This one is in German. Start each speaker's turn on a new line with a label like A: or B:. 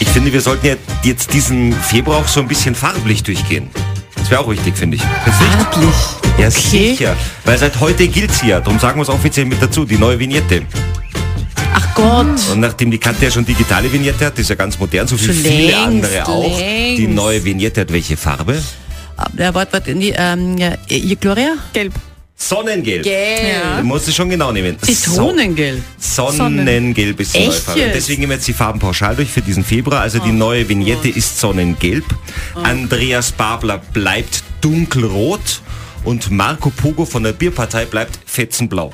A: Ich finde, wir sollten ja jetzt diesen Februar auch so ein bisschen farblich durchgehen. Das wäre auch richtig, finde ich.
B: Farblich.
A: Ja, sicher. Weil seit heute gilt sie ja. Darum sagen wir es offiziell mit dazu, die neue Vignette.
B: Ach Gott.
A: Und nachdem die Kante ja schon digitale Vignette hat, die ist ja ganz modern, so wie
B: Schon
A: viele
B: längst,
A: andere auch. Die
B: längst.
A: neue Vignette hat welche Farbe?
B: Äh, warte, warte, nee, ähm, ja, ihr Gloria?
C: Gelb.
A: Sonnengelb.
B: Ja.
A: Du musst es schon genau nehmen.
B: Zitronengelb.
A: So Sonnengelb ist die neue
B: Echt
A: Farbe.
B: jetzt? Ah.
A: Deswegen gehen wir jetzt die Farben pauschal durch für diesen Februar. Also die neue Vignette ist Sonnengelb. Andreas Babler bleibt dunkelrot. Und Marco Pogo von der Bierpartei bleibt fetzenblau.